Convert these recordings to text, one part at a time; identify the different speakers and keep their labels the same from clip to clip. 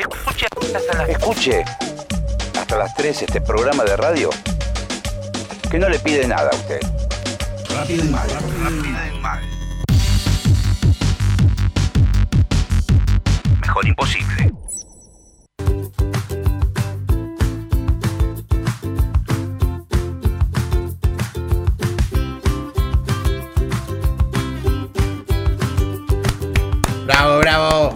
Speaker 1: Escuche hasta las, escuche hasta las 3 este programa de radio que no le pide nada a usted.
Speaker 2: Rápido y mal. Rápido y mal.
Speaker 1: Mejor imposible.
Speaker 3: Bravo, bravo.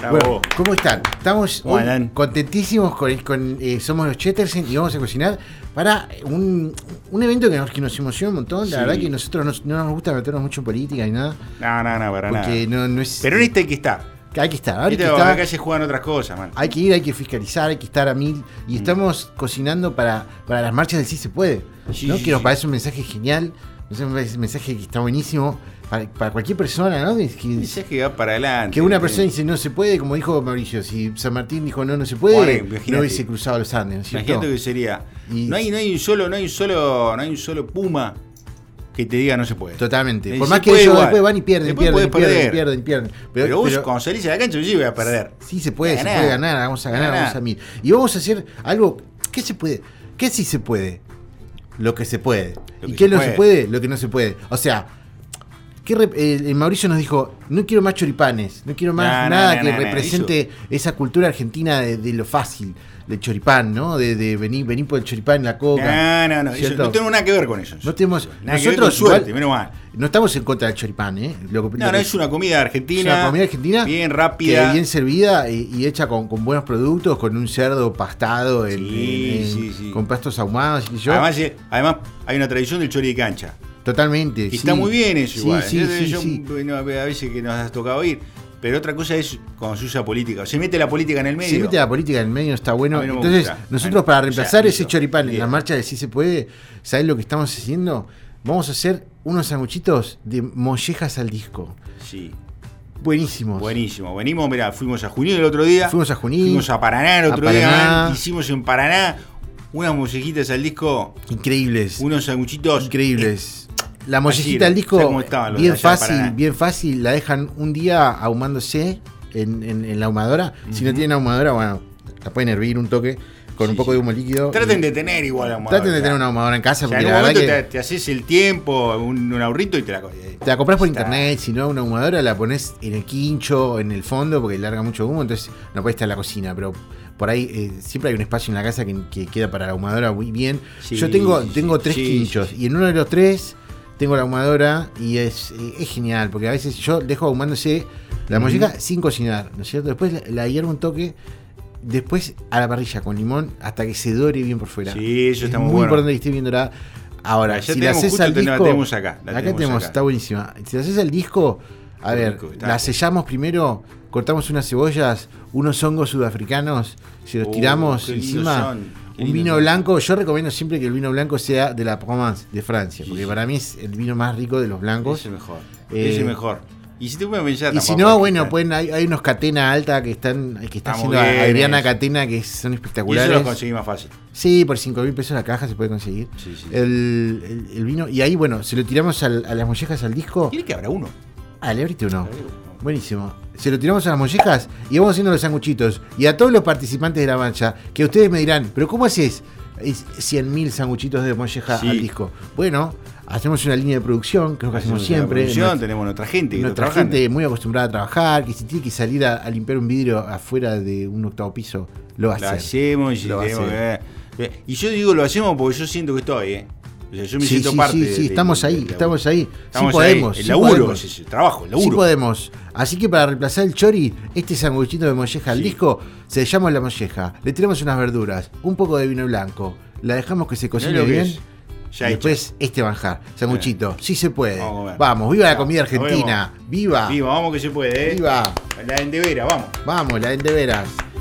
Speaker 4: Bravo.
Speaker 3: Bueno, ¿Cómo están? Estamos
Speaker 4: ¿Cómo
Speaker 3: hoy
Speaker 4: andan?
Speaker 3: contentísimos con, con, eh, Somos los Chettersen y vamos a cocinar para un, un evento que nos, que nos emociona un montón. La
Speaker 4: Sí.
Speaker 3: verdad que nosotros nos- no nos gusta meternos mucho en política ni nada.
Speaker 4: No, no, no, para
Speaker 3: Porque
Speaker 4: nada.
Speaker 3: no, no es.
Speaker 4: Pero Este en este hay que estar.
Speaker 3: hay que estar, hay
Speaker 4: Viste,
Speaker 3: que
Speaker 4: En la
Speaker 3: estar.
Speaker 4: calle juegan otras cosas, man.
Speaker 3: Hay que ir, hay que fiscalizar, hay que estar a mil.
Speaker 4: Mm.
Speaker 3: Y estamos cocinando para, para las marchas del Sí se puede.
Speaker 4: Sí,
Speaker 3: ¿no?
Speaker 4: sí,
Speaker 3: que nos
Speaker 4: sí.
Speaker 3: parece un mensaje genial. Es un mensaje que está buenísimo para, para cualquier persona, ¿no? Que- que-
Speaker 4: Dice que va para adelante.
Speaker 3: Que una
Speaker 4: ¿viste?
Speaker 3: persona dice no se puede, como dijo Mauricio, si San Martín dijo no, no se puede,
Speaker 4: Bueno, imagínate.
Speaker 3: no hubiese cruzado los Andes, ¿no es cierto?
Speaker 4: Imagínate que sería.
Speaker 3: Y-
Speaker 4: No hay, no hay un solo, no hay un solo, no hay un solo puma que te diga no se puede.
Speaker 3: Totalmente.
Speaker 4: Y
Speaker 3: Por
Speaker 4: se
Speaker 3: más que
Speaker 4: puede
Speaker 3: ellos
Speaker 4: igual.
Speaker 3: después van y pierden,
Speaker 4: Después
Speaker 3: pierden,
Speaker 4: podés
Speaker 3: pierden,
Speaker 4: perder.
Speaker 3: pierden, pierden.
Speaker 4: Pero, vos
Speaker 3: pero-
Speaker 4: cuando salís a la cancha, yo sí voy a perder.
Speaker 3: sí se puede,
Speaker 4: Ganá.
Speaker 3: se puede ganar, vamos a ganar,
Speaker 4: Ganá.
Speaker 3: vamos a mil. Y vamos a hacer algo, ¿qué se puede? ¿Qué sí se puede? Lo que se puede.
Speaker 4: Lo
Speaker 3: ¿Y
Speaker 4: que
Speaker 3: qué
Speaker 4: se
Speaker 3: no se
Speaker 4: puede.
Speaker 3: puede? Lo que no se puede. O sea, ¿qué rep- el, el Mauricio nos dijo, no quiero más choripanes, no quiero más
Speaker 4: No, no,
Speaker 3: nada
Speaker 4: no,
Speaker 3: que
Speaker 4: no, no,
Speaker 3: represente esa cultura argentina de, de lo fácil, del choripán, ¿no? De, de venir, venir por el choripán en la coca.
Speaker 4: No, no, no. eso-
Speaker 3: ¿Cierto?
Speaker 4: no tenemos nada que ver con eso.
Speaker 3: No tenemos-
Speaker 4: nada que ver con
Speaker 3: nosotros
Speaker 4: suerte,
Speaker 3: igual-
Speaker 4: menos mal.
Speaker 3: No estamos en contra del choripán, ¿eh? Lo que-
Speaker 4: No,
Speaker 3: lo
Speaker 4: no,
Speaker 3: que-
Speaker 4: es una comida
Speaker 3: es
Speaker 4: argentina.
Speaker 3: una comida argentina.
Speaker 4: Bien rápida.
Speaker 3: que bien servida y, y hecha con, con buenos productos, con un cerdo pastado, en-
Speaker 4: Sí,
Speaker 3: en- en-
Speaker 4: sí, sí.
Speaker 3: con pastos ahumados y yo.
Speaker 4: Además, eh, además, hay una tradición del chori de cancha.
Speaker 3: totalmente.
Speaker 4: Y
Speaker 3: sí.
Speaker 4: está muy bien eso
Speaker 3: Sí,
Speaker 4: igual.
Speaker 3: sí,
Speaker 4: Entonces,
Speaker 3: sí,
Speaker 4: yo,
Speaker 3: sí.
Speaker 4: bueno, a veces que nos has tocado ir. Pero otra cosa es cuando se usa política. Se mete la política en el medio.
Speaker 3: Se mete la política en el medio, está bueno.
Speaker 4: A mí no me
Speaker 3: Entonces,
Speaker 4: gusta.
Speaker 3: nosotros
Speaker 4: Bueno,
Speaker 3: para
Speaker 4: ya,
Speaker 3: reemplazar ese
Speaker 4: listo.
Speaker 3: choripán en la
Speaker 4: Bien.
Speaker 3: marcha de Si Se Puede, ¿sabes lo que estamos haciendo? Vamos a hacer unos sanguchitos de mollejas al disco.
Speaker 4: Sí.
Speaker 3: Buenísimos.
Speaker 4: Buenísimo. Venimos, mira, fuimos a Junín el otro día.
Speaker 3: Fuimos a Junín,
Speaker 4: Fuimos a Paraná el
Speaker 3: a
Speaker 4: otro día.
Speaker 3: Paraná.
Speaker 4: man. Hicimos en Paraná unas mollejitas al disco,
Speaker 3: Increíbles.
Speaker 4: unos sanguchitos.
Speaker 3: Increíbles. La
Speaker 4: Así,
Speaker 3: mollejita del
Speaker 4: ¿sabes
Speaker 3: disco,
Speaker 4: cómo estaban los
Speaker 3: bien
Speaker 4: de allá de
Speaker 3: fácil,
Speaker 4: Paraná?
Speaker 3: bien fácil, la dejan un día ahumándose en, en- en la ahumadora. Si no tienen ahumadora, bueno, la pueden hervir un toque con un
Speaker 4: Sí,
Speaker 3: poco
Speaker 4: sí.
Speaker 3: de humo líquido.
Speaker 4: Traten
Speaker 3: Y-
Speaker 4: de tener igual una
Speaker 3: traten de tener una ahumadora en casa,
Speaker 4: O sea,
Speaker 3: porque
Speaker 4: en
Speaker 3: la
Speaker 4: un
Speaker 3: verdad
Speaker 4: momento
Speaker 3: que
Speaker 4: te, te haces el tiempo, un, un ahorrito y te la co- eh,
Speaker 3: te la compras por
Speaker 4: Está.
Speaker 3: internet, si no, una ahumadora la pones en el quincho, en el fondo, porque larga mucho humo, entonces no puede estar en la cocina, pero por ahí eh, siempre hay un espacio en la casa que, que queda para la ahumadora muy bien.
Speaker 4: Sí,
Speaker 3: Yo tengo,
Speaker 4: sí,
Speaker 3: tengo
Speaker 4: sí,
Speaker 3: tres
Speaker 4: sí,
Speaker 3: quinchos
Speaker 4: sí,
Speaker 3: y en uno de los tres tengo la ahumadora y es, eh, es genial, porque a veces yo dejo ahumándose la
Speaker 4: Ujú.
Speaker 3: molleja sin cocinar, ¿no es cierto? Después la, la hiervo un toque, después a la parrilla con limón hasta que se dore bien por fuera.
Speaker 4: Sí, eso
Speaker 3: Es
Speaker 4: está muy
Speaker 3: muy
Speaker 4: bueno.
Speaker 3: importante que esté bien dorada. Ahora,
Speaker 4: Ya
Speaker 3: si la
Speaker 4: tenemos,
Speaker 3: haces
Speaker 4: justo
Speaker 3: al
Speaker 4: te- la
Speaker 3: disco-
Speaker 4: tenemos acá, la
Speaker 3: acá
Speaker 4: tenemos
Speaker 3: tenemos,
Speaker 4: acá.
Speaker 3: está buenísima. Si haces el disco, a
Speaker 4: Qué
Speaker 3: ver,
Speaker 4: rico que está.
Speaker 3: la sellamos primero, cortamos unas cebollas, unos hongos sudafricanos, se los
Speaker 4: Oh,
Speaker 3: tiramos
Speaker 4: qué lindos
Speaker 3: encima.
Speaker 4: son, qué
Speaker 3: Un
Speaker 4: lindos
Speaker 3: vino
Speaker 4: son.
Speaker 3: blanco, yo recomiendo siempre que el vino blanco sea de la Provence, de Francia, porque
Speaker 4: sí.
Speaker 3: para mí es el vino más rico de los blancos.
Speaker 4: Ese es mejor.
Speaker 3: Eh,
Speaker 4: ese es mejor. Y si te pueden pensar
Speaker 3: Y si
Speaker 4: tampoco
Speaker 3: no,
Speaker 4: es que
Speaker 3: bueno,
Speaker 4: está-
Speaker 3: pueden, hay, hay unos Catena Alta que están que está
Speaker 4: Estamos
Speaker 3: haciendo
Speaker 4: bien,
Speaker 3: Adriana
Speaker 4: eso.
Speaker 3: Catena que son
Speaker 4: Y eso lo
Speaker 3: espectaculares.
Speaker 4: conseguí más fácil.
Speaker 3: Sí, por 5 mil pesos la caja se puede conseguir.
Speaker 4: Sí, sí.
Speaker 3: Eh, El, el- el vino. Y ahí, bueno, se lo tiramos al- a las mollejas al disco.
Speaker 4: ¿Quiere que habrá uno?
Speaker 3: Ah, le abriste uno. Buenísimo. Se lo tiramos a las mollejas y vamos haciendo los sanguchitos. Y a todos los participantes de la mancha, que ustedes me dirán, ¿pero cómo haces 100 mil sanguchitos de molleja
Speaker 4: Sí.
Speaker 3: al disco? Bueno, hacemos una línea de producción, que es lo que hacemos
Speaker 4: Hacemos
Speaker 3: siempre.
Speaker 4: la producción,
Speaker 3: Nuestra-
Speaker 4: tenemos nuestra gente. que está
Speaker 3: nuestra
Speaker 4: trabajando.
Speaker 3: gente muy acostumbrada a trabajar, que si tiene que salir a, a limpiar un vidrio afuera de un octavo piso, lo va a
Speaker 4: Lo
Speaker 3: hacer.
Speaker 4: hacemos y
Speaker 3: Lo va a
Speaker 4: tenemos que
Speaker 3: hacer.
Speaker 4: ver. Eh, Y yo digo lo hacemos porque yo siento que estoy, ¿eh? O sea, yo me
Speaker 3: Sí,
Speaker 4: siento
Speaker 3: sí,
Speaker 4: parte.
Speaker 3: sí, sí,
Speaker 4: del-
Speaker 3: estamos
Speaker 4: del
Speaker 3: ahí,
Speaker 4: laburo.
Speaker 3: estamos ahí.
Speaker 4: Estamos
Speaker 3: sí podemos.
Speaker 4: ahí. El
Speaker 3: sí
Speaker 4: laburo,
Speaker 3: podemos.
Speaker 4: es ese, el trabajo, el laburo.
Speaker 3: Sí podemos. Así que para reemplazar el chori, este sanguchito de molleja al
Speaker 4: Sí.
Speaker 3: disco, sellamos la molleja, le tiramos unas verduras, un poco de vino blanco, la dejamos que se
Speaker 4: Mirá
Speaker 3: cocine
Speaker 4: lo que
Speaker 3: bien.
Speaker 4: es. Ya
Speaker 3: y
Speaker 4: hecho.
Speaker 3: después este banjar, sanguchito, sí se puede.
Speaker 4: Vamos a comer.
Speaker 3: Vamos, viva la
Speaker 4: Ya,
Speaker 3: comida
Speaker 4: nos vemos.
Speaker 3: argentina, viva,
Speaker 4: Viva, vamos que se puede, ¿eh?
Speaker 3: viva,
Speaker 4: La endevera, vamos.
Speaker 3: vamos, la de veras.